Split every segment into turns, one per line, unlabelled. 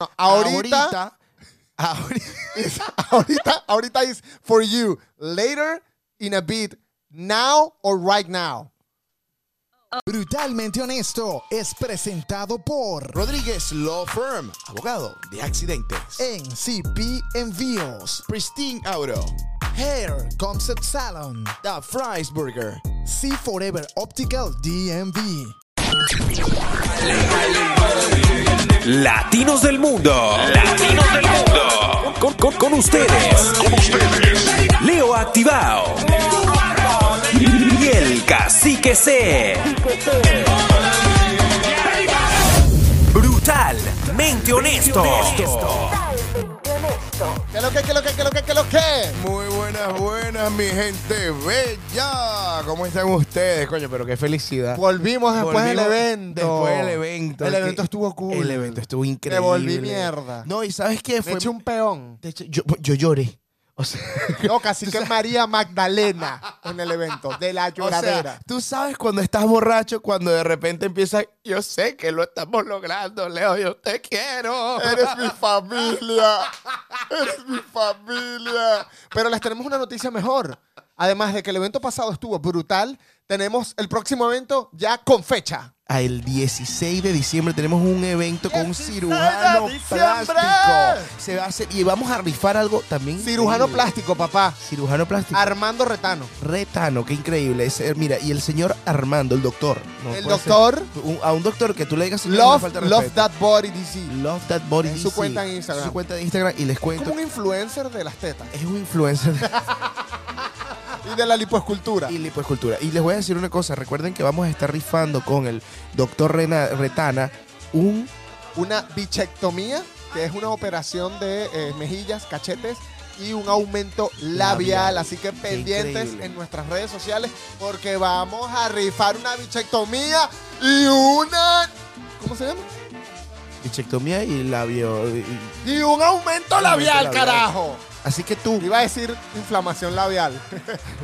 No,
ahorita,
ahorita,
ahorita,
ahorita, ahorita, ahorita is for you. Later, in a bit, now or right now.
Brutalmente Honesto es presentado por
Rodríguez Law Firm, abogado de accidentes.
NCP Envíos,
Pristine Auto,
Hair Concept Salon,
The Fries Burger.
See Forever Optical DMV.
Latinos del Mundo. Latinos del Mundo. Con, con- con ustedes. Leo Activado. Y el Cacique C. Brutalmente honesto.
¿Qué lo que, qué lo que, qué lo que, qué lo que?
Muy buenas, buenas, mi gente bella. ¿Cómo están ustedes, coño? Pero qué felicidad.
Volvimos Pues, después del
Volvimos
evento.
Después del evento.
El
Es que
evento estuvo cool.
El evento estuvo increíble.
volví mierda.
No, ¿y sabes qué?
Me eché un peón.
de hecho, yo, yo lloré. O sea,
No, casi que María Magdalena en el evento, de la
o sea,
lloradera.
tú sabes cuando estás borracho, cuando de repente empiezas, yo sé que lo estamos logrando, Leo, yo te quiero.
Eres mi familia. Eres mi familia. Pero les tenemos una noticia mejor. Además de que el evento pasado estuvo brutal, tenemos el próximo evento ya con fecha.
al 16 de diciembre tenemos un evento con un
16 de
cirujano
diciembre.
plástico. Se va a hacer y vamos a rifar algo también.
Cirujano
increíble.
plástico, papá.
Cirujano plástico.
Armando Retano.
Retano, qué increíble. Ese- mira, y el señor Armando, el doctor. No
El
puede ser.
doctor.
Un- a un doctor que tú le digas señor, una
Love,
falta de
love
respeto.
That Body DC.
Love that body.
En su
DC.
cuenta en Instagram.
Su cuenta de Instagram y les
Es
cuento.
como un influencer de las tetas
Es un influencer
y de la lipoescultura.
y lipoescultura. pues, Y les voy a decir una cosa. Recuerden que vamos a estar rifando con el doctor Rena- Retana un
Una bichectomía, que es una operación de eh, mejillas, cachetes y un aumento labial.
Labial.
Así que
Qué
pendientes
increíble.
en nuestras redes sociales porque vamos a rifar una bichectomía y una... ¿Cómo se llama?
bichectomía y labio. y- y-
Y un aumento labial,
labial.
carajo.
Así que tú,
Iba a decir inflamación labial.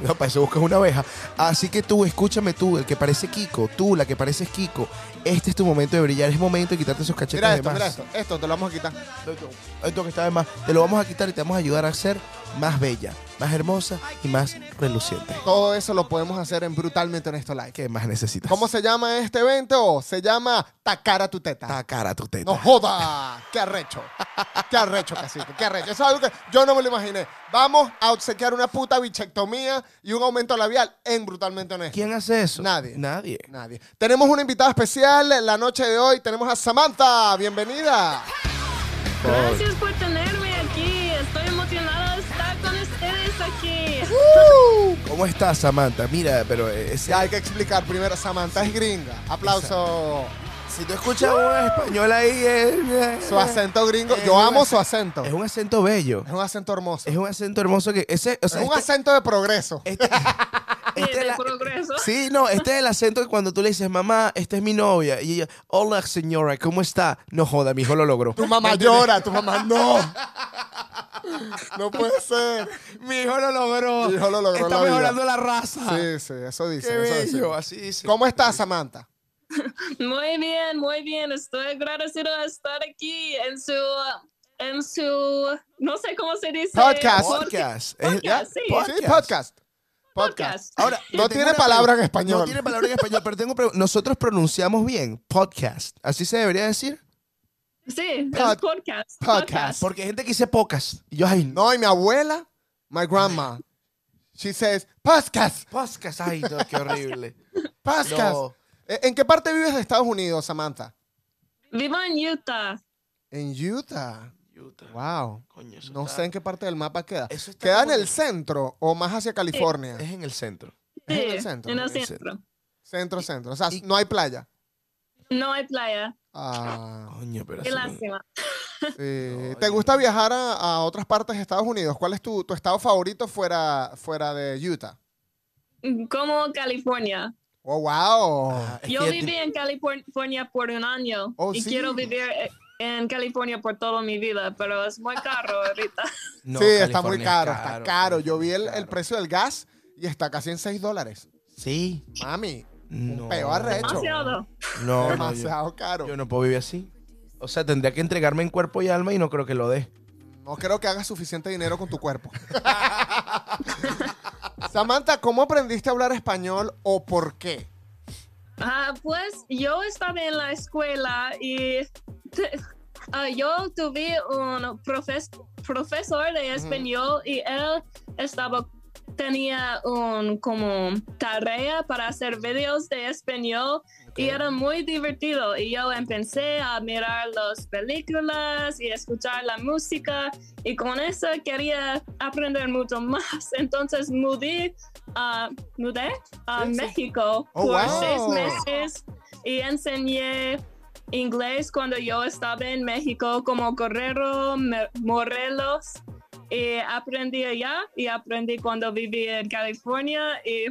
no, para eso buscas una abeja. Así que tú, escúchame tú, el que parece Kiko, tú, la que pareces Kiko, este es tu momento de brillar, es momento de quitarte esos cachetes
Mira
de
esto,
más.
mira esto. Esto te lo vamos a quitar.
Esto- Esto que está de más, te lo vamos a quitar y te vamos a ayudar a ser más bella, más hermosa y más reluciente.
Todo eso lo podemos hacer en Brutalmente Honesto Live.
¿Qué más necesitas?
¿Cómo se llama este evento? Se llama Tacar a tu teta.
está cara tu teta?
No joda, qué arrecho. Qué arrecho, cacique, qué arrecho. Eso es algo que yo no me lo imaginé. Vamos a obsequiar una puta bichectomía y un aumento labial en Brutalmente Honesto.
¿Quién hace eso?
Nadie.
Nadie.
Nadie. Tenemos una invitada especial en la noche de hoy. Tenemos a Samantha. Bienvenida.
Gracias por tenerme aquí. Estoy emocionada de estar con ustedes aquí.
¿Cómo estás, Samantha? Mira, pero eh, ese,
Ya hay que explicar primero. Samantha es gringa. Aplauso.
si tú escuchas un español ahí, es,
Su acento gringo. Yo amo su acento.
es un acento bello.
Es un acento hermoso.
Es un acento hermoso que ese, o
Es
sea,
un
este-
acento de progreso.
Este,
Sí,
este
de
es la-
progreso.
sí, no, este es el acento que cuando tú le dices, mamá, esta es mi novia. Y ella, hola señora, ¿cómo está? No joda, mi hijo lo logró. Este
Tu mamá llora, tu mamá no. No puede ser.
Mi hijo lo logró.
Mi hijo lo logró
Está
la vida.
mejorando la raza.
Sí, sí, eso dice.
Ah. Qué
eso dice.
bello, así dice.
¿Cómo estás, Samantha?
Muy bien, muy bien. Estoy agradecido de estar aquí en su, en su, no sé cómo se dice.
Podcast.
Podcast. Es-
Podcast, sí.
Podcast.
Sí, podcast. Podcast.
Podcast.
Ahora,
No
te tengo
tiene
una
palabra en
pregunta.
español.
No tiene palabra en español, pero tengo pre- nosotros pronunciamos bien podcast. Así se debería decir.
Sí,
Pod-
es podcast.
podcast.
Porque hay gente que dice pocas. Y yo, ay, no.
No, y mi abuela, my grandma, she says, podcast,
Podcast, ay, no, qué horrible.
podcast.
No.
Eh, ¿En qué parte vives de Estados Unidos, Samantha?
Vivo en Utah.
En Utah. Wow.
Coño, eso
No
está-
sé en qué parte del mapa queda.
Eso está
¿Queda en
como-
el centro o más hacia California?
Es en el centro.
Es en el
Sí,
centro,
en el
en el
centro.
Centro, centro. O sea,
y-
no hay playa.
No hay playa.
Ah,
Coño, pero
Qué
eso no-
lástima.
eh,
No,
¿Te
yo-
gusta viajar a, a otras partes de Estados Unidos? ¿Cuál es tu, tu estado favorito fuera, fuera de Utah?
Como California.
Oh, wow.
Ah, es
Yo
que-
viví en California por un año
Oh,
y
sí.
quiero vivir eh, en California por toda mi vida, pero es muy caro ahorita.
No,
sí, está
California
muy
es
caro, está caro. Yo vi el,
California
el
es
precio del gas y está casi en 6 dólares.
caro. Sí.
Mami,
No.
peo arrecho.
Demasiado.
No, no, yo,
demasiado caro.
yo no puedo vivir así. O O sea, tendría que entregarme en cuerpo y alma y no creo que lo dé.
No creo que hagas suficiente dinero con tu cuerpo. Samantha, ¿cómo aprendiste a hablar español o por qué?
Ah, pues yo estaba en la escuela y te- ah, yo tuve un profes- profesor de español y él estaba tenía un como tarea para hacer videos de español y era muy divertido y yo empecé a mirar las películas y escuchar la música y con eso quería aprender mucho más entonces mudé a mudé a México
Oh,
por
wow.
seis meses y enseñé inglés cuando yo estaba en México como Correro Me- Morelos y aprendí allá y aprendí cuando viví en California y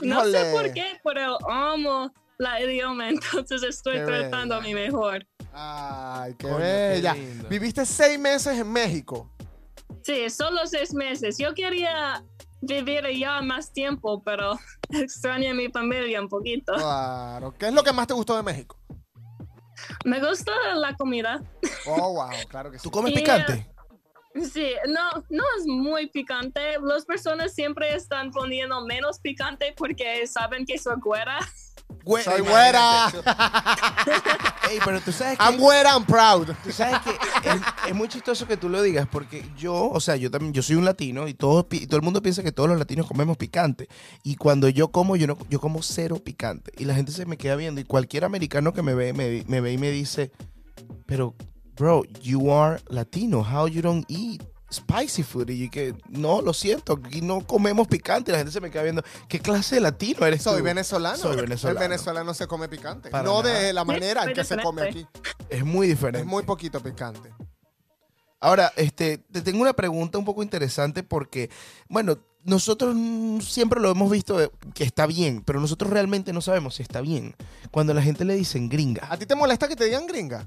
no
Híjole.
sé por qué, pero amo la idioma, entonces estoy
Qué
tratando mi mejor.
Ay, qué
Coño, qué
bella.
lindo.
Viviste seis meses en México.
Sí, solo seis meses. Yo quería vivir allá más tiempo, pero extrañé a mi familia un poquito.
Claro. ¿Qué es lo que más te gustó de México?
Me gusta la comida.
Oh, wow, claro que sí.
¿Tú comes
Yeah.
picante?
Sí, no, no es muy picante. Las personas siempre están poniendo menos picante porque saben que soy güera.
Güera,
Soy güera.
imagínate. Ey, pero tú sabes que...
I'm where I'm proud.
Tú sabes que es, es muy chistoso que tú lo digas porque yo, o sea, yo también, yo soy un latino y todo, todo el mundo piensa que todos los latinos comemos picante. Y cuando yo como, yo no, yo como cero picante. Y la gente se me queda viendo y cualquier americano que me ve, me, di- me ve y me dice, pero, bro, you are latino, how you don't eat spicy food? Y yo que, no, lo siento, aquí no comemos picante. Y la gente se me queda viendo, ¿qué clase de latino eres
Soy
tú?
venezolano.
Soy venezolano.
El venezolano se come picante.
Para
no
nada.
de la manera en
soy
que se come aquí.
diferente.
Es muy diferente.
Es muy poquito picante.
Ahora, este, te tengo una pregunta un poco interesante porque, bueno, nosotros mm, siempre lo hemos visto de- que está bien, pero nosotros realmente no sabemos si está bien. Cuando la gente le dicen
¿A
gringa,
ti te molesta que te digan gringa?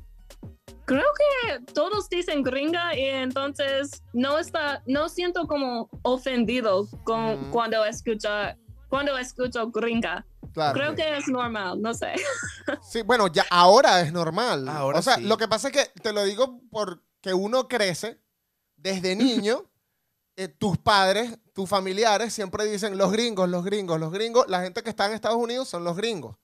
Creo que todos dicen gringa y entonces no está, no siento como ofendido con,
Mm.
cuando escucha, cuando escucho gringa.
Claro.
Creo que es normal, no sé.
Sí, bueno, ya ahora es normal.
Ahora
o sea,
sí.
lo que pasa es que te lo digo porque uno crece desde niño. eh, tus padres, tus familiares siempre dicen los gringos, los gringos, los gringos. La gente que está en Estados Unidos son los gringos.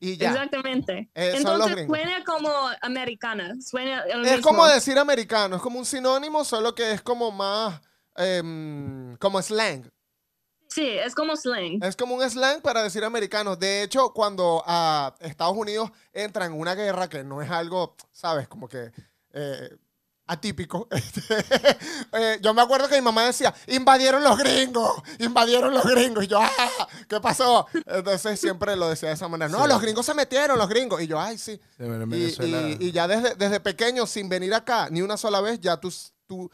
Y ya.
Exactamente.
Eh, son los
entonces
gringos.
suena como americana, suena el
Es
mismo.
como decir americano, es como un sinónimo, solo que es como más. em, como slang.
Sí, es como slang.
Es como un slang para decir americanos. De hecho, cuando a Estados Unidos entra en una guerra que no es algo, ¿sabes? Como que eh, atípico. este, eh, yo me acuerdo que mi mamá decía, invadieron los gringos, invadieron los gringos. Y yo, "Ah, ¿qué pasó? Entonces siempre lo decía de esa manera. No,
Sí.
los gringos se metieron, los gringos. Y yo, ay, sí. Y, y- y ya desde, desde pequeño, sin venir acá ni una sola vez, ya tú, tú,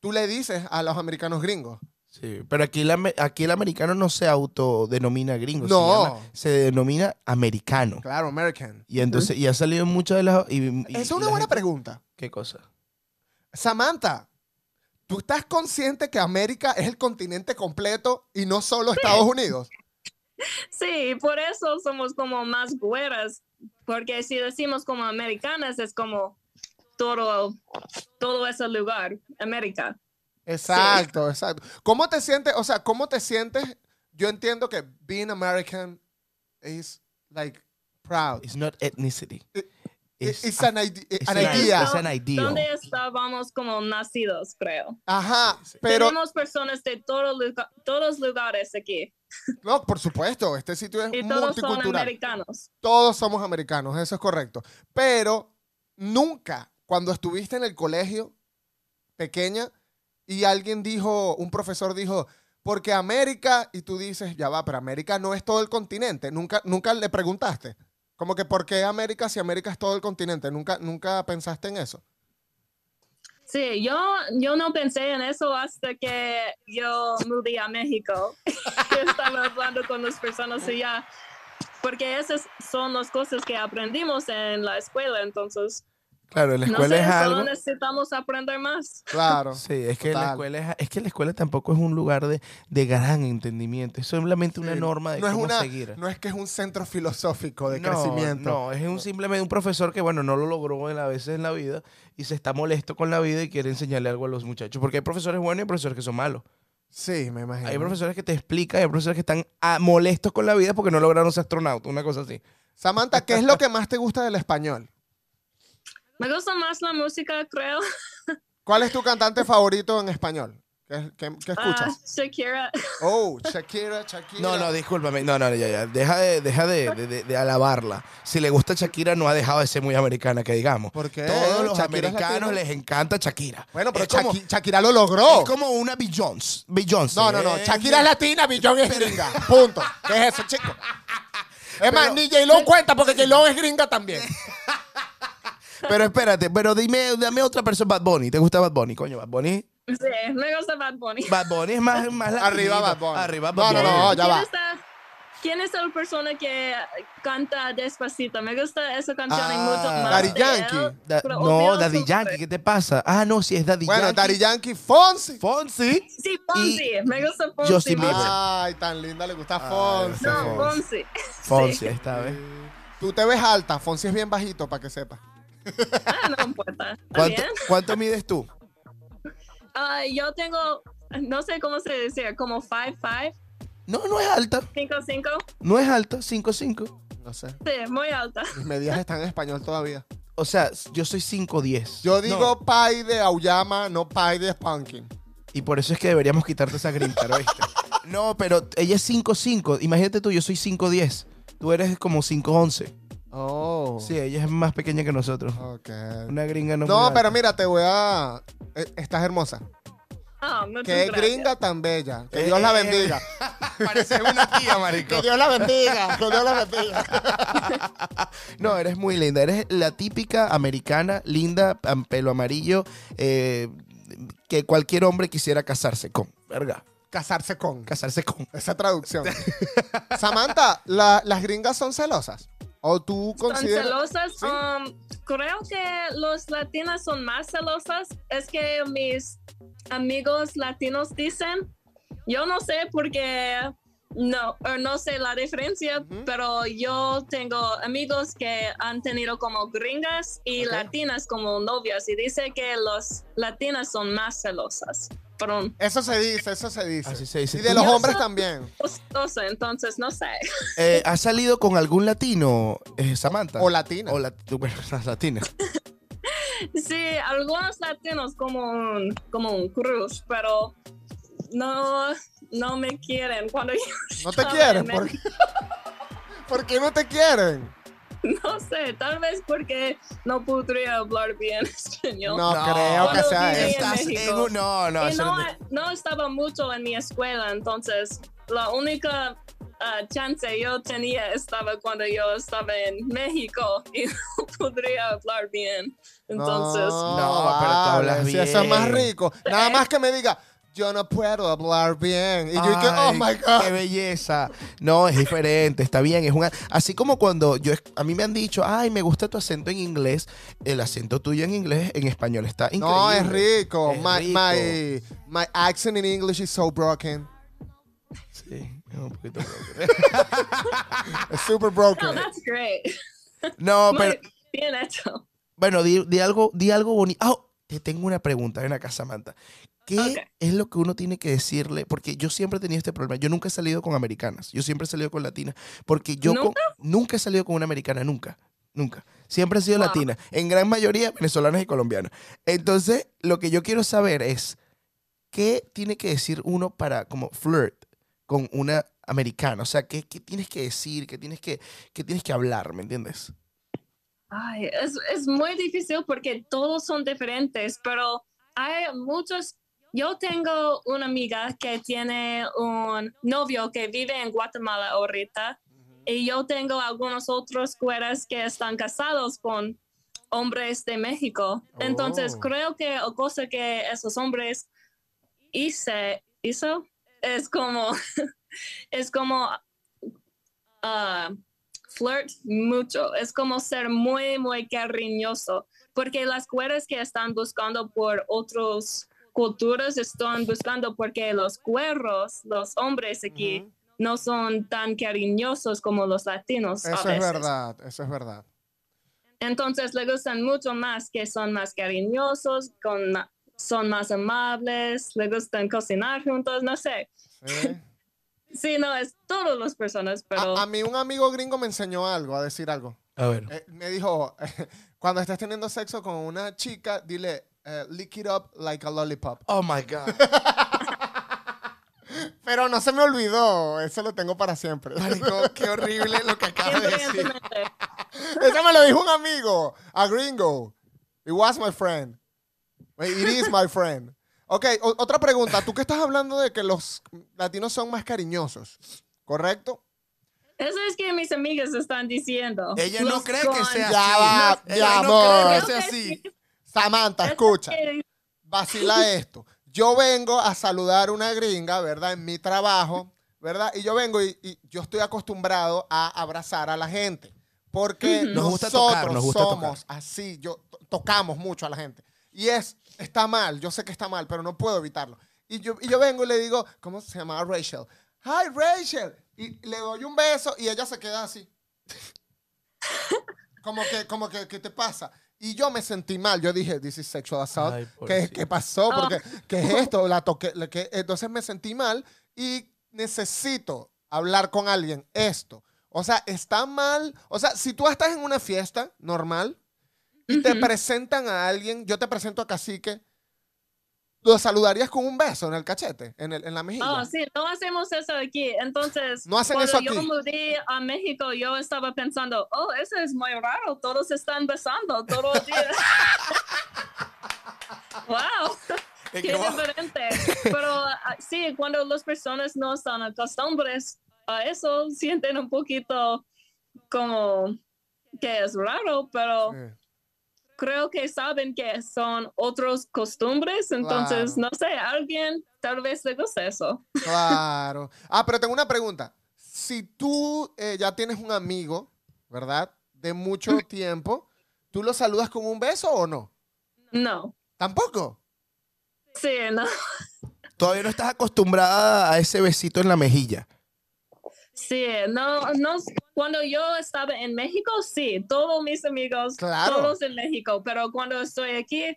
tú le dices a los americanos gringos.
Sí, pero aquí, la me- aquí el americano no se autodenomina gringo, se
No.
llama- se, denomina americano.
Claro, American.
Y entonces, y ha salido en muchas de las... y- y-
Esa es
y
una
la
buena
gente-
pregunta.
¿Qué cosa?
Samantha, ¿tú estás consciente que América es el continente completo y no solo Estados Unidos?
Sí, por eso somos como más güeras, porque si decimos como americanas es como todo, todo ese lugar, América.
Exacto, exacto. ¿Cómo te sientes? O sea, ¿cómo te sientes? Yo entiendo que being American is like proud.
It's not ethnicity.
It-
It's-
It's, an, ide-
it's
an
an
idea.
Es idea. un ideal.
Donde estábamos como nacidos, creo.
Ajá, pero
Tenemos personas de todo lugar- todos lugares aquí
no, por supuesto, este sitio es
y todos son
multicultural.
americanos.
todos somos americanos, eso es correcto. Pero nunca, cuando estuviste en el colegio pequeña y alguien dijo, un profesor dijo, porque América, y tú dices, ya va, pero América no es todo el continente. Nunca, nunca le preguntaste. Como que, ¿por qué América si América es todo el continente? Nunca, nunca pensaste en eso.
Sí, yo, yo no pensé en eso hasta que yo mudé a México. yo estaba hablando con las personas allá, porque esas son las cosas que aprendimos en la escuela, entonces
Claro, en la
No
escuela
sé,
es
solo
algo.
necesitamos aprender más.
Claro.
Sí, es que,
Total.
la escuela es, es que la escuela tampoco es un lugar de, de gran entendimiento. Es solamente una
Sí.
norma de
no es
cómo
una-
seguir.
No es que es un centro filosófico de
No,
crecimiento.
No, es un, simplemente un profesor que, bueno, no lo logró en- a veces en la vida y se está molesto con la vida y quiere enseñarle algo a los muchachos. Porque hay profesores buenos y hay profesores que son malos.
Sí, me imagino.
Hay profesores que te explican y hay profesores que están ah, molestos con la vida porque no lograron ser astronauta, una cosa así.
Samantha, ¿qué es lo que más te gusta del español?
Me gusta más la música, creo.
¿Cuál es tu cantante favorito en español? ¿Qué, qué- qué
Ah,
escuchas?
Shakira.
Oh, Shakira, Shakira.
No, no, discúlpame. No, no, ya, ya. Deja, de, deja de, de- de- de alabarla. Si le gusta Shakira, no ha dejado de ser muy americana, que digamos.
¿Por qué?
Todos los
Shakira es latina.
americanos les encanta Shakira.
Bueno, pero
es Oh. como,
Shaki- Shakira lo logró.
es como una Beyoncé. Beyoncé.
No, no, no.
Es-
Shakira es latina, Billón es gringa. Punto. ¿Qué es eso, chico? Es más, ni J-Lo cuenta porque J-Lo es gringa también.
Pero espérate, pero dime, dame otra persona. Bad Bunny. ¿Te gusta Bad Bunny? Coño, Bad Bunny.
Sí, me gusta Bad Bunny.
Bad Bunny es más, más latinito.
Arriba Bad Bunny.
Arriba
No,
Bad
no,
Bunny.
no, ya
¿Quién
va.
es la- ¿Quién es la persona que canta Despacito? Me gusta esa canción y
Ah,
mucho más.
Daddy
de
Yankee.
él,
Da-
pero
no,
olvido
Daddy
su
Yankee,
nombre.
¿qué te pasa? Ah, no, sí es Daddy
Bueno,
Yankee.
Daddy Yankee, Fonsi.
Fonsi.
Sí, Fonsi.
Y-
me gusta Fonsi.
Justin
mucho.
Bieber.
Ay, tan linda le gusta Fonsi.
Fonsi.
No, Fonsi.
Fonsi,
Sí.
esta vez.
Tú te ves alta. Fonsi es bien bajito, para que sepas.
Ah, no importa. Está
¿Cuánto,
bien.
cuánto mides tú?
Ah, yo tengo, no sé cómo se dice, como 5'5,
No, no es alta.
5'5.
No es alta, 5'5.
No sé.
Sí, muy alta.
Mis medidas están en español todavía.
O sea, yo soy 5'10.
Yo
No,
digo pie de auyama, no pie de Spunkin.
Y por eso es que deberíamos quitarte esa green card, ¿oíste? No, pero ella es 5'5. Imagínate tú, yo soy 5'10. Tú eres como 5'11.
Oh.
Sí, ella es más pequeña que nosotros.
Ok.
Una gringa no
No,
muy
pero
alta.
mira, te voy a... eh, Estás hermosa.
Ah, muchas
Qué
gracias.
gringa tan bella. Que
Eh,
Dios la
eh,
bendiga.
Pareces una tía, marico.
Que Dios la bendiga. Que Dios la bendiga.
No, eres muy linda. Eres la típica americana, linda, am- pelo amarillo, eh, que cualquier hombre quisiera casarse con. Verga,
Casarse con.
casarse con.
Esa traducción. Samantha, la- las gringas son celosas. ¿O tú
Son
consideras...?
celosas.
Sí.
um, creo que los latinas son más celosas. Es que mis amigos latinos dicen, yo no sé porque no, o no sé la diferencia,
Ujú.
pero yo tengo amigos que han tenido como gringas y
Ok.
latinas como novias y dice que los latinas son más celosas. Pero
Eso se dice, eso se dice.
Así se dice.
Y de
Tú-
los
Yo
hombres
soy-
también.
gustoso, entonces no sé.
Eh, ¿Has salido con algún latino, eh, Samantha?
O latina.
O lat- bueno, las latinas.
Sí, algunos latinos como un, como un cruz, pero no, no me quieren cuando yo...
No te
Ay,
quieren.
me-
¿Por qué? ¿Por qué no te quieren?
No sé, tal vez porque no podría hablar bien español.
No, creo que
Yo
sea
viví en
eso.
Estás en
México.
un- No, no,
y
eso
no,
no-
no estaba mucho en mi escuela, entonces la única ah, chance yo tenía estaba cuando yo estaba en México y no podría hablar bien. Entonces...
No, pero tú hablas
vale, si eso es
bien.
más rico. Nada más que me diga, yo no puedo hablar bien. Y yo dije, oh
Ay,
my God.
Qué belleza. No, es diferente, está bien. Es un, así como cuando yo a mí me han dicho, ay, me gusta tu acento en inglés, el acento tuyo en inglés, en español está increíble.
No, es rico.
Es
my,
rico.
My, my accent in English is so broken.
Sí, es un poquito broken.
It's super
No,
broken.
that's great.
No,
Muy
pero
bien hecho.
bueno, di, di algo, di algo bonito. Ah, te tengo una pregunta, ven acá, Samantha. ¿Qué
Ok.
es lo que uno tiene que decirle? Porque yo siempre he tenido este problema. Yo nunca he salido con americanas. Yo siempre he salido con latinas. Porque yo con-
¿Nunca?
nunca he salido con una americana, nunca. Nunca. Siempre he sido
Wow.
latina. En gran mayoría venezolanas y colombianas. Entonces, lo que yo quiero saber es, ¿qué tiene que decir uno para como flirt con una americana? O sea, ¿qué, qué tienes que decir? ¿Qué tienes que, qué tienes que hablar? ¿Me entiendes?
Ay, es, es muy difícil porque todos son diferentes, pero hay muchos. Yo tengo una amiga que tiene un novio que vive en Guatemala ahorita y yo tengo algunos otros cueras que están casados con hombres de México. Entonces
Oh.
creo que la cosa que esos hombres hice, hizo es como, es como ah, flirt mucho, es como ser muy, muy cariñoso. porque las cueras que están buscando por otras culturas están buscando porque los cueros, los hombres aquí,
Ujú.
no son tan cariñosos como los latinos. a
Eso es
veces.
verdad, eso es verdad.
Entonces le gustan mucho más que son más cariñosos, con, ma- son más amables, le gustan cocinar juntos, no sé.
Sí.
Sí, no, es todas las personas, pero...
A, a mí un amigo gringo me enseñó algo, a decir algo.
A ver.
Eh, me dijo, cuando estés teniendo sexo con una chica, dile, eh, lick it up like a lollipop.
Oh my God.
Pero no se me olvidó, eso lo tengo para siempre.
Marico, qué horrible lo que acabas de
siempre en tu
decir.
mente.
eso me lo dijo un amigo, a gringo. It was my friend. Wait, It is my friend. Ok, o- otra pregunta. Tú que estás hablando de que los latinos son más cariñosos, ¿correcto?
Eso es que mis amigas están diciendo.
Ella no
Los
cree que
con-
sea
Ya
así.
va,
Ella
mi
no cree
amor.
que sea
Creo que
así.
Samantha, escucha.
Eh,
vacila esto. Yo vengo a saludar una gringa, ¿verdad? En mi trabajo, ¿verdad? Y yo vengo y, y yo estoy acostumbrado a abrazar a la gente. Porque
Nos gusta
nosotros
tocar, nos gusta
somos así, yo to- tocamos mucho a la gente. Y es, está mal, yo sé que está mal, pero no puedo evitarlo. Y yo, y yo vengo y le digo, ¿cómo se llama Rachel? ¡Hi, Rachel! Y le doy un beso y ella se queda así. Como que, como que, ¿qué te pasa? Y yo me sentí mal. Yo dije, this is sexual assault.
Ay,
¿Qué,
pobrecito.
¿Qué pasó? Porque,
Oh.
¿Qué es esto? La toqué, la que- entonces me sentí mal y necesito hablar con alguien. Esto. O sea, está mal. O sea, si tú estás en una fiesta normal y te
Ujú.
presentan a alguien, yo te presento a Cacique, lo saludarías con un beso en el cachete, en, el, en la mejilla.
Oh, sí, no hacemos eso aquí. Entonces,
No hacen
cuando
eso
yo
aquí.
mudé a México, yo estaba pensando, oh, eso es muy raro. Todos están besando todos los días. wow.
Es
Qué
como-
diferente. Pero ah, sí, cuando las personas no están acostumbradas a eso, sienten un poquito como que es raro, pero
Sí.
creo que saben que son otros costumbres, entonces no sé, alguien tal vez le gusta eso.
Claro. Ah, pero tengo una pregunta. Si tú eh, ya tienes un amigo, ¿verdad? De mucho tiempo, ¿tú lo saludas con un beso o no?
No,
Tampoco.
sí, no.
Todavía no estás acostumbrada a ese besito en la mejilla.
Sí, no, no. Cuando yo estaba en México, sí, todos mis amigos,
Claro.
todos en México, pero cuando estoy aquí,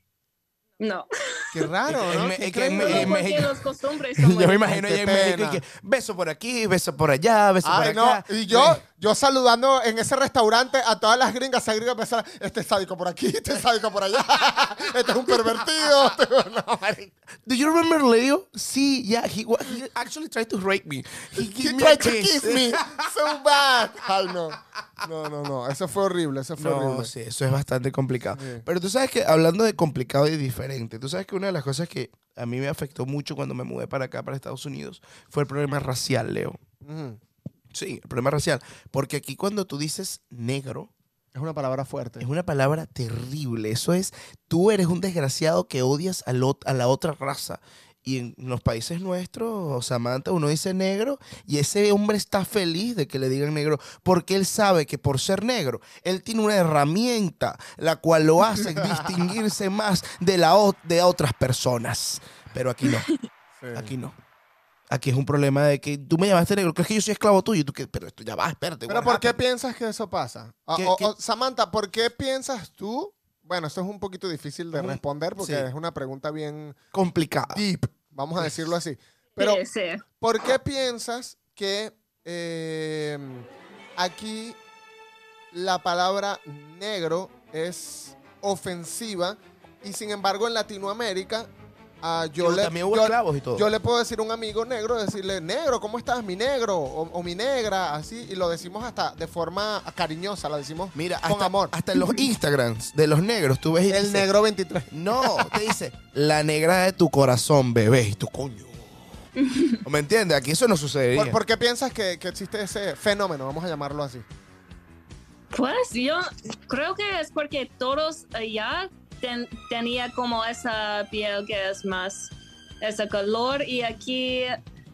no.
Qué raro,
Es
¿no?
me-
Qué
es que es me-
Solo
increíble.
es me-
porque
México.
las costumbres son muy
Yo me imagino
Qué
ella en México
pena.
y que beso por aquí, beso por allá, beso
Ay,
por acá.
no. Y yo, yo saludando en ese restaurante a todas las gringas, esa gringa pensaba, este es sádico por aquí, este es sádico por allá, este es un pervertido. este No, marico.
Do you remember Leo? Sí, yeah, he, wa- he actually tried to rape me. He,
He
gave me a
tried to
kiss.
kiss me so bad. Ay, no. No, no, no. Eso fue horrible, eso fue
No,
horrible.
sí, eso es bastante complicado.
Sí.
Pero tú sabes que, hablando de complicado y diferente, tú sabes que una de las cosas que a mí me afectó mucho cuando me mudé para acá, para Estados Unidos, fue el problema racial, Leo.
Ujú.
Sí, el problema racial. Porque aquí cuando tú dices negro,
Es una palabra fuerte.
es una palabra terrible. Eso es, tú eres un desgraciado que odias al ot- a la otra raza. Y en los países nuestros, Samantha, uno dice negro y ese hombre está feliz de que le digan negro porque él sabe que por ser negro, él tiene una herramienta la cual lo hace distinguirse más de, la o- de otras personas. Pero aquí no, aquí no. Aquí es un problema de que tú me llamaste negro, crees que yo soy esclavo tuyo y tú que, pero esto ya va, espérate.
Pero
what
¿por qué
happened?
piensas que eso pasa? O-
¿Qué-
o-
qué?
o, Samantha, ¿por qué piensas tú? Bueno, esto es un poquito difícil de
Mm,
responder porque
sí. Ah.
es una pregunta bien
Complicado.
deep, vamos a decirlo así. Pero
sí, sí.
¿por qué piensas que eh, aquí la palabra negro es ofensiva y sin embargo en Latinoamérica ah, yo,
Pero
le,
también hubo
yo-
esclavos y todo.
yo le puedo decir a un amigo negro, decirle, negro, ¿cómo estás, mi negro? O, o mi negra, así, y lo decimos hasta de forma cariñosa, lo decimos
Mira,
con
hasta,
amor.
hasta en los Instagrams de los negros, tú ves y
el
dices,
negro 23.
No, te dice, la negra de tu corazón, bebé, y tu coño. ¿Me entiendes? Aquí eso no sucedería.
¿Por, por qué piensas que, que existe ese fenómeno? Vamos a llamarlo así.
Pues yo creo que es porque todos allá ten- tenía como esa piel que es más, ese calor y aquí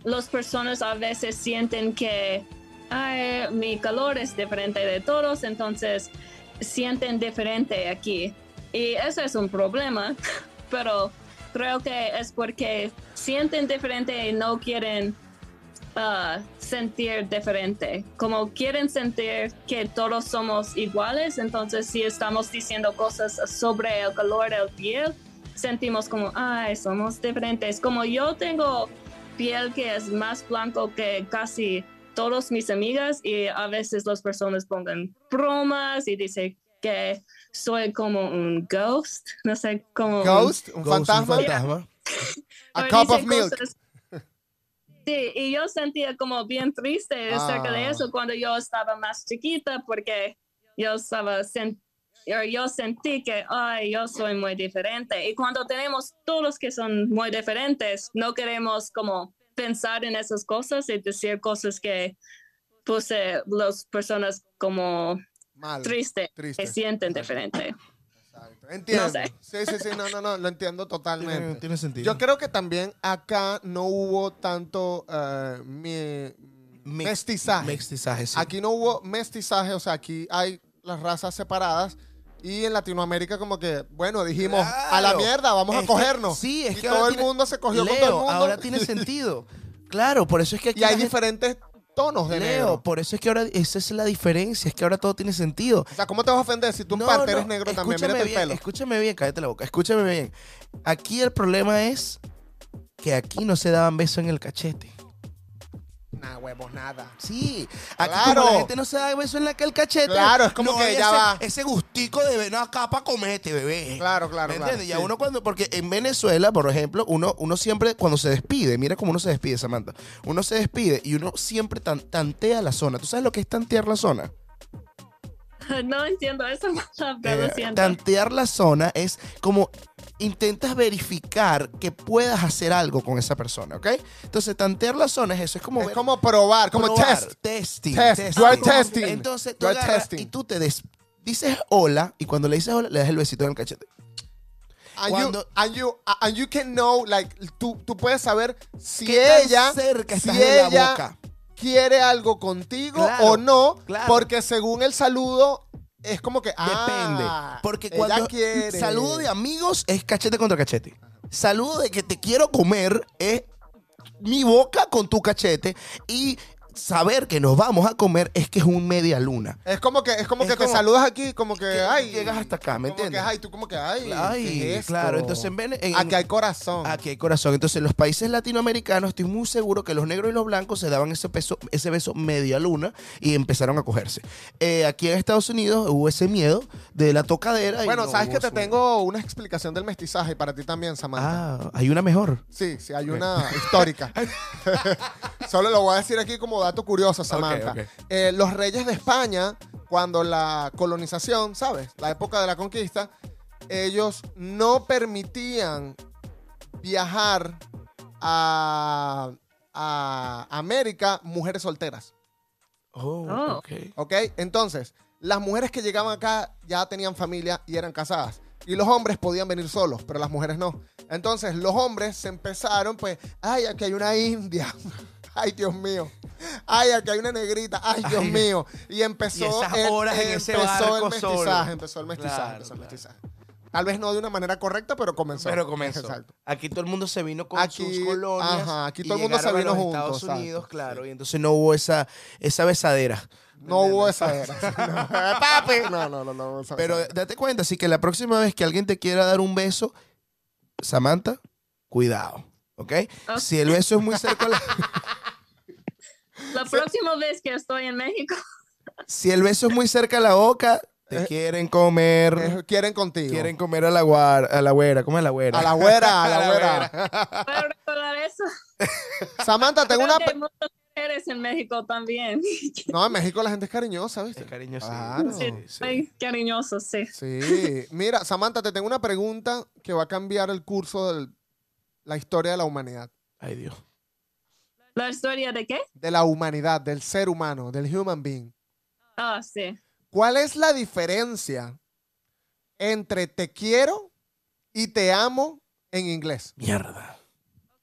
las personas a veces sienten que "Ay, mi calor es diferente de todos, entonces sienten diferente aquí. Y Y ese es un problema, pero creo que es porque sienten diferente y no quieren ah, sentir diferente. Como quieren sentir que todos somos iguales, entonces si estamos diciendo cosas sobre el color del piel, sentimos como, ay, somos diferentes. Como yo tengo piel que es más blanco que casi todas mis amigas y a veces las personas pongan bromas y dicen que soy como un ghost, no sé, como... un-
Ghost, un
Ghost,
fantasma.
Un fantasma.
A
o
cup of
dicen
milk.
cosas- Sí, y yo sentía como bien triste
Ah.
acerca de eso cuando yo estaba más chiquita porque yo estaba sen- o yo sentí que ay yo soy muy diferente y cuando tenemos todos los que son muy diferentes no queremos como pensar en esas cosas y decir cosas que puse las personas como
Mal.
triste,
Triste.
que sienten diferente
Exacto. Entiendo.
No sé.
Sí, sí, sí, no, no, no, lo entiendo
Tiene,
totalmente.
tiene sentido.
Yo creo que también acá no hubo tanto eh, mi-
Mi-
mestizaje.
Mestizaje, sí.
Aquí no hubo mestizaje, o sea, aquí hay las razas separadas. Y en Latinoamérica como que, bueno, dijimos, a la
Claro.
mierda, vamos
Es
a
que-
cogernos.
sí, es
Y
que
todo
ahora
el
tiene-
mundo se cogió
Leo,
con todo el mundo.
ahora tiene sentido. Claro, por eso es que aquí
y hay
la gente-
diferentes tonos de
Leo,
negro.
por eso es que ahora esa es la diferencia, es que ahora todo tiene sentido.
O sea, ¿cómo te vas a ofender si tú en parte eres negro también?
escúchame
Mírate el
bien,
pelo.
Escúchame bien, cállate la boca, escúchame bien. Aquí el problema es que aquí no se daban besos en el cachete.
Nah, huevos, nada.
Sí, aquí
Claro.
como la gente no se da besos en la, el cachete.
Claro, es como
no
que
hay
ya
ese,
va.
Ese gustico de bebé, no, acá para comerte, bebé.
Claro, claro, claro,
¿Me entiendes? Ya
sí.
uno cuando, porque en Venezuela, por ejemplo, uno, uno siempre cuando se despide, mira cómo uno se despide, Samantha. Uno se despide y uno siempre tan- tantea la zona. ¿Tú sabes lo que es tantear la zona?
no entiendo esa palabra
Eh,
lo siento
tantear la zona es como intentas verificar que puedas hacer algo con esa persona, ¿ok? Entonces, tantear la zona es eso, es como
Es
ver-
como probar, como
probar,
test.
testing,
Test.
testing.
You are testing.
Entonces, tú
You are
agarras
testing.
y tú te des- dices hola y cuando le dices hola le das el besito en el cachete.
And you,
Cuando-
and you, and you can know, like, tú, tú puedes saber si
¿Qué tan
ella,
cerca
si
estás de la
ella
boca?
quiere algo contigo
Claro,
o no,
claro.
porque según el saludo es como que,
Depende.
ah,
Porque
ella
cuando
quiere.
saludo de amigos es cachete contra cachete. Saludo de que te quiero comer es mi boca con tu cachete y saber que nos vamos a comer es que es un media luna.
Es como que, es como
Es
que te
como-
saludas aquí, como que,
que
ay.
llegas hasta acá, ¿me
como que,
entiendes?
ay, tú como que, ay,
Ay,
¿qué es esto?
claro, entonces en Vene- en-
Aquí hay corazón.
Aquí hay corazón. Entonces, en los países latinoamericanos, estoy muy seguro que los negros y los blancos se daban ese, peso, ese beso media luna y empezaron a cogerse. Eh, aquí en Estados Unidos hubo ese miedo de la tocadera. y
bueno,
no
sabes
hubo
que te
su-
tengo una explicación del mestizaje para ti también, Samantha.
Ah, hay una mejor.
Sí, sí, hay una histórica. Solo lo voy a decir aquí como dato curioso, Samantha.
ok.
Eh, los reyes de España, cuando la colonización, ¿sabes? La época de la conquista, ellos no permitían viajar a, a América mujeres solteras,
Oh.
¿ok? Entonces, las mujeres que llegaban acá ya tenían familia y eran casadas. Y los hombres podían venir solos, pero las mujeres no. Entonces, los hombres se empezaron, pues, ay, aquí hay una india. Ay, Dios mío. Ay, aquí hay una negrita. Ay, Dios
Ay.
mío. Y empezó,
Y esas
el-
horas en ese
empezó el
barco
mestizaje.
solo.
Empezó el mestizaje.
Claro,
empezó el
claro.
mestizaje. Tal vez no de una manera correcta, pero comenzó.
Pero comenzó.
Exacto.
Aquí todo el mundo se vino con
Aquí,
sus colonias.
ajá, aquí todo el
y
mundo se
llegaron a
vino
los
juntos,
Estados
exacto,
Unidos,
sí.
claro. Y entonces no hubo esa, esa besadera.
No hubo esa era. No. Papi. No, no, no, no hubo esa
Pero
era.
date cuenta, así que la próxima vez que alguien te quiera dar un beso, Samantha, cuidado. ¿Ok?
Ok.
Si el beso es muy cerca a la-
la próxima vez que estoy en México
si el beso es muy cerca a la boca, te quieren comer.
Eh, quieren contigo.
Quieren comer a la guar, a la güera, ¿cómo es la güera?
A la güera, a la
A la
güera.
Voy a recordar eso.
Samantha, tengo una.
Creo que hay muchas mujeres en México también.
No, en México la gente es cariñosa, ¿viste?
Es cariño, sí.
Claro.
Sí, sí.
Ay, cariñosos, sí.
Sí. Mira, Samantha, te tengo una pregunta que va a cambiar el curso de la historia de la humanidad.
Ay, Dios.
¿La historia de qué?
De la humanidad, del ser humano, del human being.
Ah, sí.
¿Cuál es la diferencia entre te quiero y te amo en inglés?
Mierda.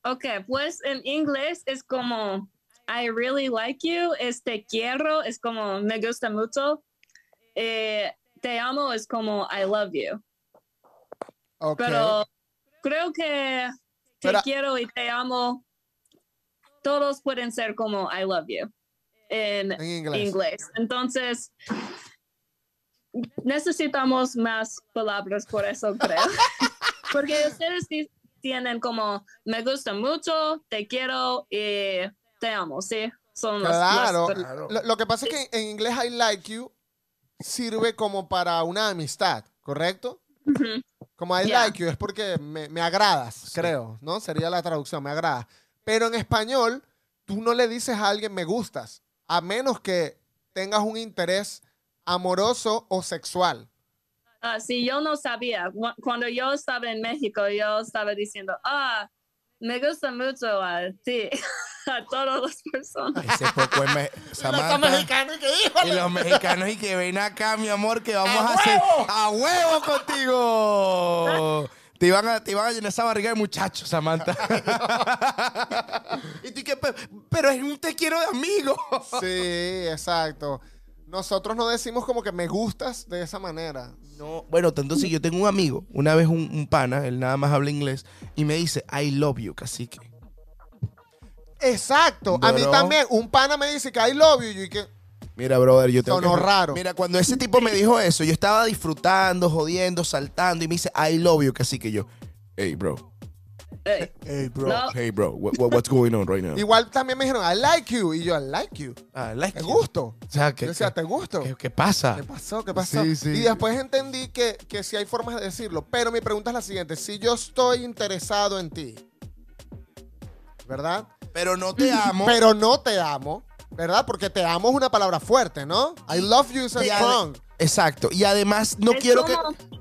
Ok, pues en inglés es como I really like you, es te quiero, es como me gusta mucho. Eh, te amo es como I love you.
Ok.
pero creo que te
Pero-
quiero y te amo. Todos pueden ser como I love you en
en inglés.
inglés. Entonces, necesitamos más palabras por eso, creo. Porque ustedes sí tienen como me gusta mucho, te quiero y te amo, ¿sí? Son las- las
Claro.
palabras.
Lo, lo que pasa es que en, en inglés I like you sirve como para una amistad, ¿correcto?
Ujú.
Como I
Yeah.
like you es porque me, me agradas, creo, ¿no? Sería la traducción, me agradas. Pero en español, tú no le dices a alguien me gustas, a menos que tengas un interés amoroso o sexual.
Ah, sí, yo no sabía. Cu- Cuando yo estaba en México, yo estaba diciendo, ah, me gusta mucho a ti, a todas las personas.
Ese poco es me- Samantha.
mexicano que dijo.
Y los mexicanos y que ven acá, mi amor, que vamos a, hacer a huevo contigo. Te iban, a, te iban a llenar esa barriga de muchachos, Samantha. y tú que, pe- pero es un te quiero de amigo.
Sí, exacto. Nosotros no decimos como que me gustas de esa manera.
No, bueno, tanto si yo tengo un amigo, una vez un, un pana, él nada más habla inglés, y me dice, I love you, cacique.
Exacto. A mí
Bro.
también. Un pana me dice que I love you y que
Mira, brother, yo tengo
Sonó
que-
raro.
Mira, cuando ese tipo me dijo eso, yo estaba disfrutando, jodiendo, saltando, y me dice, I love you, cacique. Yo, hey, bro,
Eh,
Hey, bro.
no,
hey, bro, what- what- what's going on right now?
Igual también me dijeron, I like you. Y yo, I like you.
Ah, like
Te
you.
gusto.
O sea, que,
Yo decía, te gusto.
que- que pasa?
¿Qué pasó? ¿Qué pasó?
Sí, sí.
Y después entendí que, que sí hay formas de decirlo. Pero mi pregunta es la siguiente. Si yo estoy interesado en ti, ¿verdad?
Pero no te amo.
Pero no te amo, ¿verdad? Porque te amo es una palabra fuerte, ¿no? I love you is a
Y ade-
strong.
Exacto. Y además no
es
quiero
como-
que...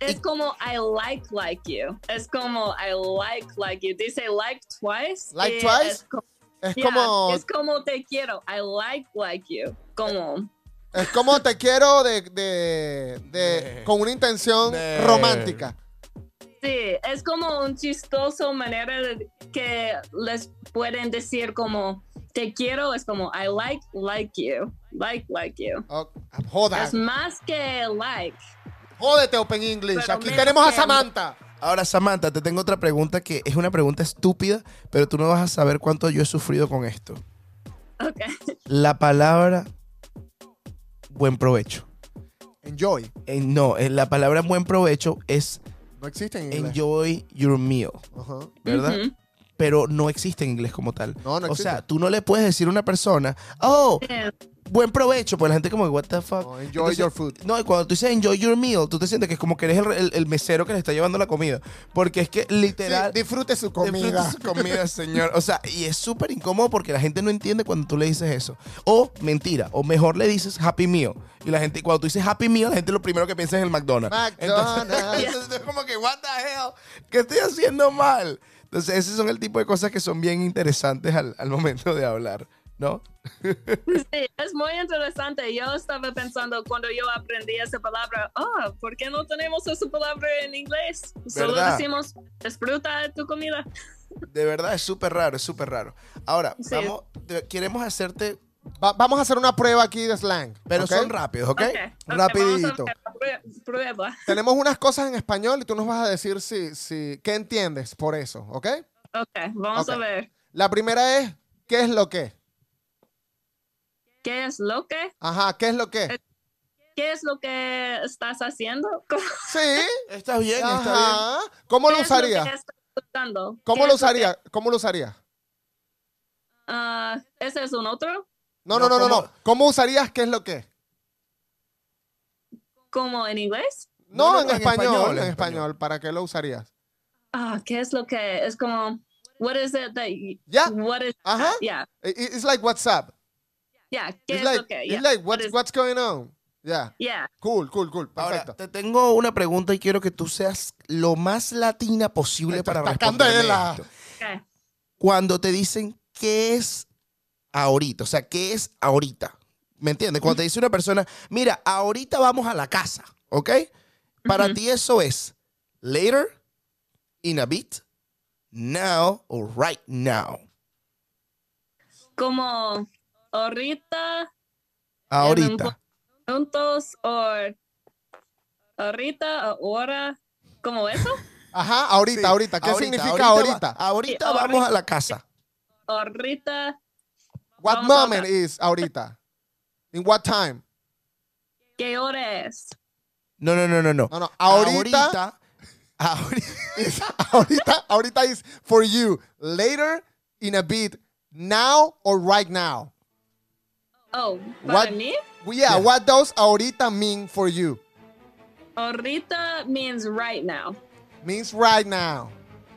Es como I like like you. Es como I like like you. Dice like twice.
Like
y
twice?
Es, co-
Es
yeah,
como
es como te quiero. I like like you. Como.
es como te quiero de, de, de- con una intención
De-
romántica.
Sí, es como un chistoso manera de- que les pueden decir como te quiero es como I like like you, like like you.
Oh, joda,
Es más que like.
jódete Open English.
Pero
Aquí
menos
tenemos a
que-
Samantha.
Ahora, Samantha, te tengo otra pregunta que es una pregunta estúpida, pero tú no vas a saber cuánto yo he sufrido con esto.
Okay.
La palabra buen provecho.
Enjoy.
En- no, en la palabra buen provecho es
No existe en inglés.
enjoy your meal,
Ajá.
¿verdad?
Ujú.
Pero no existe en inglés como tal.
No, no
o
existe.
sea, tú no le puedes decir a una persona, oh,
Eh,
buen provecho. Pues la gente como, what the fuck.
No, Oh, enjoy your food.
No, y cuando tú dices enjoy your meal, tú te sientes que es como que eres el, el- el mesero que le está llevando la comida. Porque es que literal...
Sí, disfrute su comida.
disfruta su comida, señor. O sea, y es súper incómodo porque la gente no entiende cuando tú le dices eso. O mentira, o mejor le dices happy meal. Y la gente, cuando tú dices happy meal, la gente lo primero que piensa es el McDonald's.
McDonald's.
Entonces, entonces es como que, what the hell, ¿qué estoy haciendo mal? Entonces, esos son el tipo de cosas que son bien interesantes al, al momento de hablar, ¿no?
sí, es muy interesante. Yo estaba pensando cuando yo aprendí esa palabra, ah, ¿por qué no tenemos esa palabra en inglés? Solo
¿Verdad?
decimos disfruta de tu comida.
De verdad, es súper raro, es súper raro. Ahora,
Sí.
vamos, te- queremos hacerte,
Va- vamos a hacer una prueba aquí de slang.
pero
¿ok?
son rápidos, ¿ok?
Ok, ok, vamos a
Rapidito.
ver la prue- Prueba.
Tenemos unas cosas en español y tú nos vas a decir si, si, qué entiendes por eso, ¿ok?
Ok, vamos
Ok.
a ver.
La primera es, ¿qué es lo que?
¿Qué es lo que?
Ajá, ¿qué es lo
Eh,
que?
¿Qué es lo que estás haciendo?
Sí,
Está bien, está bien.
ajá. ¿Cómo lo
¿Qué es que
usaría?
estás buscando?
¿Cómo lo
¿Qué es que-
usaría? ¿Cómo lo usaría?
Ah, ¿Ese es un otro?
No, no, no,
No,
no,
¿cómo?
no. ¿Cómo usarías qué es lo que?
¿Como en inglés?
No,
No, no,
en,
en
español,
español,
en
en
español, ¿para qué lo usarías?
Ah, ¿Qué es lo que es como? What is it that? You,
Yeah.
What is?
Ajá.
Yeah.
I- i- It's like WhatsApp.
Yeah. ¿Qué
It's
es
like,
lo que? Yeah.
it's like
what
what's,
is-
what's going on? Yeah.
yeah.
Cool, cool, cool.
Ahora,
Perfecto.
te tengo una pregunta y quiero que tú seas lo más latina posible
Esto
para
está
responderme
candela.
esto.
Okay.
Cuando te dicen qué es ahorita, o sea, qué es ahorita, ¿me entiendes? Cuando te dice una persona, mira, ahorita vamos a la casa, ¿ok? Para ti eso es later, in a bit, now o right now.
Como ahorita
Ahorita.
juntos o ahorita ahora ¿Como eso?
Ajá, ahorita, ahorita. ¿Qué significa ahorita?
va- ahorita
Sí,
vamos a la casa.
Ahorita
What
vamos a
moment
otra.
is ahorita? In what time?
¿Qué hora es?
No, no, no, no, no.
No, no, ahorita-
Ahorita. ahorita-
Is ahorita, ahorita is for you. Later, in a bit, now or right now.
Oh, para
What?
mí,
Yeah,
Yeah.
what does ahorita mean for you?
ahorita means right now.
Means right now.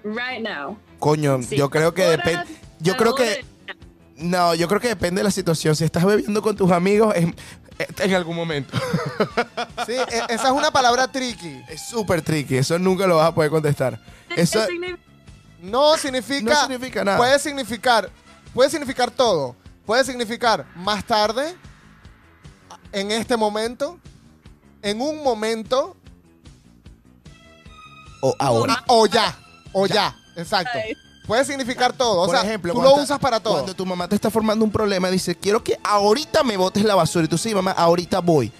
Right now.
Coño,
Sí.
yo creo que
Ahora,
depende. Yo creo que.
ahora-
No, yo creo que depende de la situación. Si estás bebiendo con tus amigos, en, en algún momento.
Sí, e- esa es una palabra tricky.
Es súper tricky. Eso nunca lo vas a poder contestar. Eso.
¿Qué significa?
No significa.
No significa nada.
Puede significar. Puede significar todo. Puede significar más tarde. En este momento. En un momento.
O ahora.
ah, O ya. O ya. Exacto.
Ay.
Puede significar todo. O
Por
sea,
ejemplo,
tú
cuando
lo
está-
usas para todo.
Cuando tu mamá te está formando un problema, dice, quiero que ahorita me botes la basura. Y tú, sí, mamá, ahorita voy.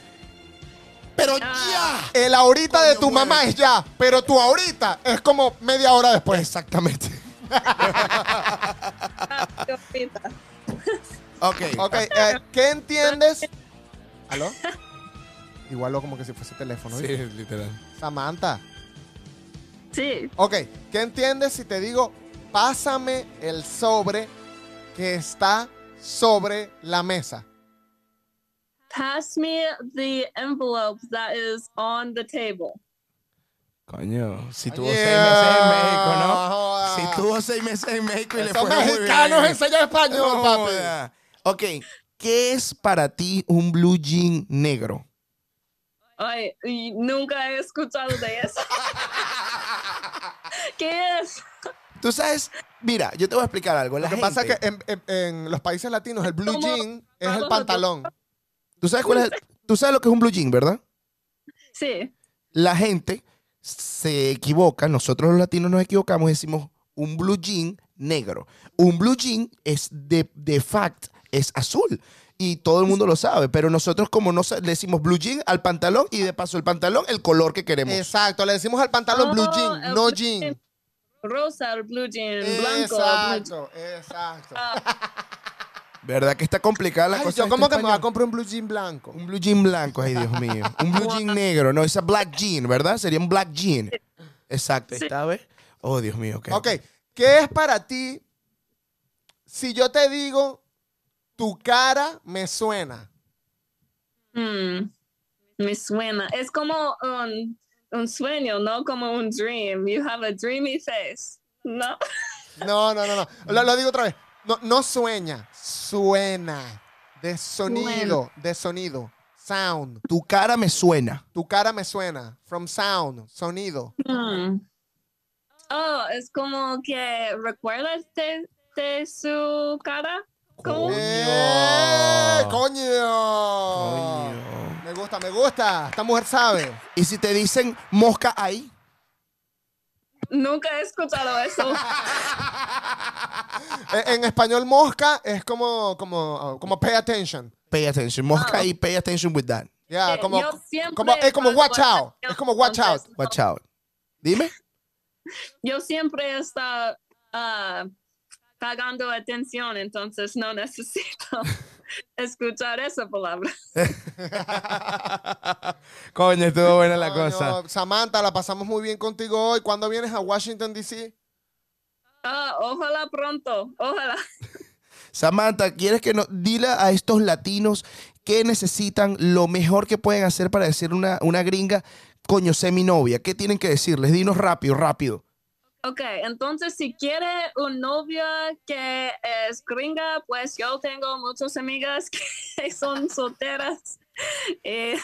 Pero
Ah.
El ahorita
Coño,
de tu mamá
muere.
es ya, pero tu ahorita es como media hora
ya.
después.
Pues, Exactamente.
Ahorita.
Ok.
Ok, eh, ¿qué entiendes? ¿Aló? Igualó como que si fuese teléfono.
Sí,
¿viste?
literal.
Samantha.
Sí.
Ok, ¿qué entiendes si te digo, pásame el sobre que está sobre la mesa?
Pass me the envelope that is on the table.
Coño, si tuvo
Yeah.
seis meses en México, ¿no?
Joda.
Si tuvo seis meses en México y le fue
Esos
muy bien.
mexicanos enseñan español, papi.
Joda. Ok, ¿qué es para ti un blue jean negro?
Ay, y nunca he escuchado de eso. ¿Qué es?
Tú sabes, mira, yo te voy a explicar algo. La
Lo que pasa es
gente-
que en, en- en los países latinos el blue
¿Cómo?
jean es el
Vamos a-
pantalón.
¿Tú sabes, cuál es el- tú sabes lo que es un blue jean, ¿verdad?
Sí.
la gente se equivoca, nosotros los latinos nos equivocamos y decimos un blue jean negro. Un blue jean es de, de fact, es azul. Y todo el mundo lo sabe, pero nosotros como no sa- le decimos blue jean al pantalón y de paso el pantalón el color que queremos.
Exacto, le decimos al pantalón blue
Oh,
jean,
el
no
blue
jean.
Rosa, el blue jean, blanco. Ah. el blue
Exacto, exacto.
¿Verdad que está complicada la
Ay,
cosa?
yo
de
como
este
que me voy a
español?
comprar un blue jean blanco.
un blue jean blanco, ay Dios mío. Un blue jean negro, no, esa black jean, ¿verdad? Sería un black jean. Exacto,
Sí.
¿esta vez? Oh, Dios mío. ok.
Ok, ¿qué es para ti si yo te digo tu cara me suena?
jean. Mm, me suena. Es como un, un sueño, ¿no? Como un dream. You have a dreamy face. No.
No, no, no, no. Lo, lo digo otra vez. No, no sueña, suena. De sonido, de sonido. Sound.
Tu cara me suena.
Tu cara me suena. From sound, sonido.
Mm. Oh, es como que recuerdas de, de su cara. ¿Cómo?
¡Eh, coño!
Coño.
Me gusta, me gusta. Esta mujer sabe.
Y si te dicen mosca ahí,
Nunca he escuchado eso.
E, En, en español, mosca es como, como, como pay attention.
pay attention.
Ah.
Mosca ahí, pay attention with that.
Ya,
Eh,
como,
yo siempre
como, es como
cuando
watch out.
yo-
Es como watch out.
entonces,
Watch out. Dime.
Yo siempre está ah, pagando atención, entonces no necesito escuchar esa palabra.
Coño, estuvo buena la
Coño, Samantha, la pasamos muy bien contigo hoy. ¿Cuándo vienes a Washington, D.C.?
Ah, ojalá pronto, ojalá.
Samantha, ¿quieres que no dile a estos latinos qué necesitan, lo mejor que pueden hacer para decir una, una gringa, coño, sé mi novia? ¿Qué tienen que decirles? Dinos rápido, rápido.
Ok, entonces si quiere un novio que es gringa, pues yo tengo muchas amigas que son solteras. Eh,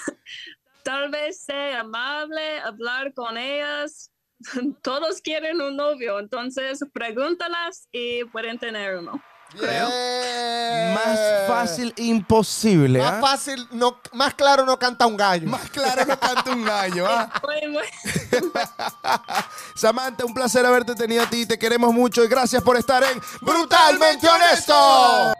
tal vez sea amable hablar con ellas. Todos quieren un novio, entonces pregúntalas y pueden tener uno.
Creo.
Bien.
Más fácil imposible.
Eh. Más
¿ah?
fácil, no, más claro no canta un gallo.
Más claro que canta un gallo. ¿ah?
Muy, muy-
Samantha, un placer haberte tenido a ti. Te queremos mucho y gracias por estar en
¡Brutalmente honesto!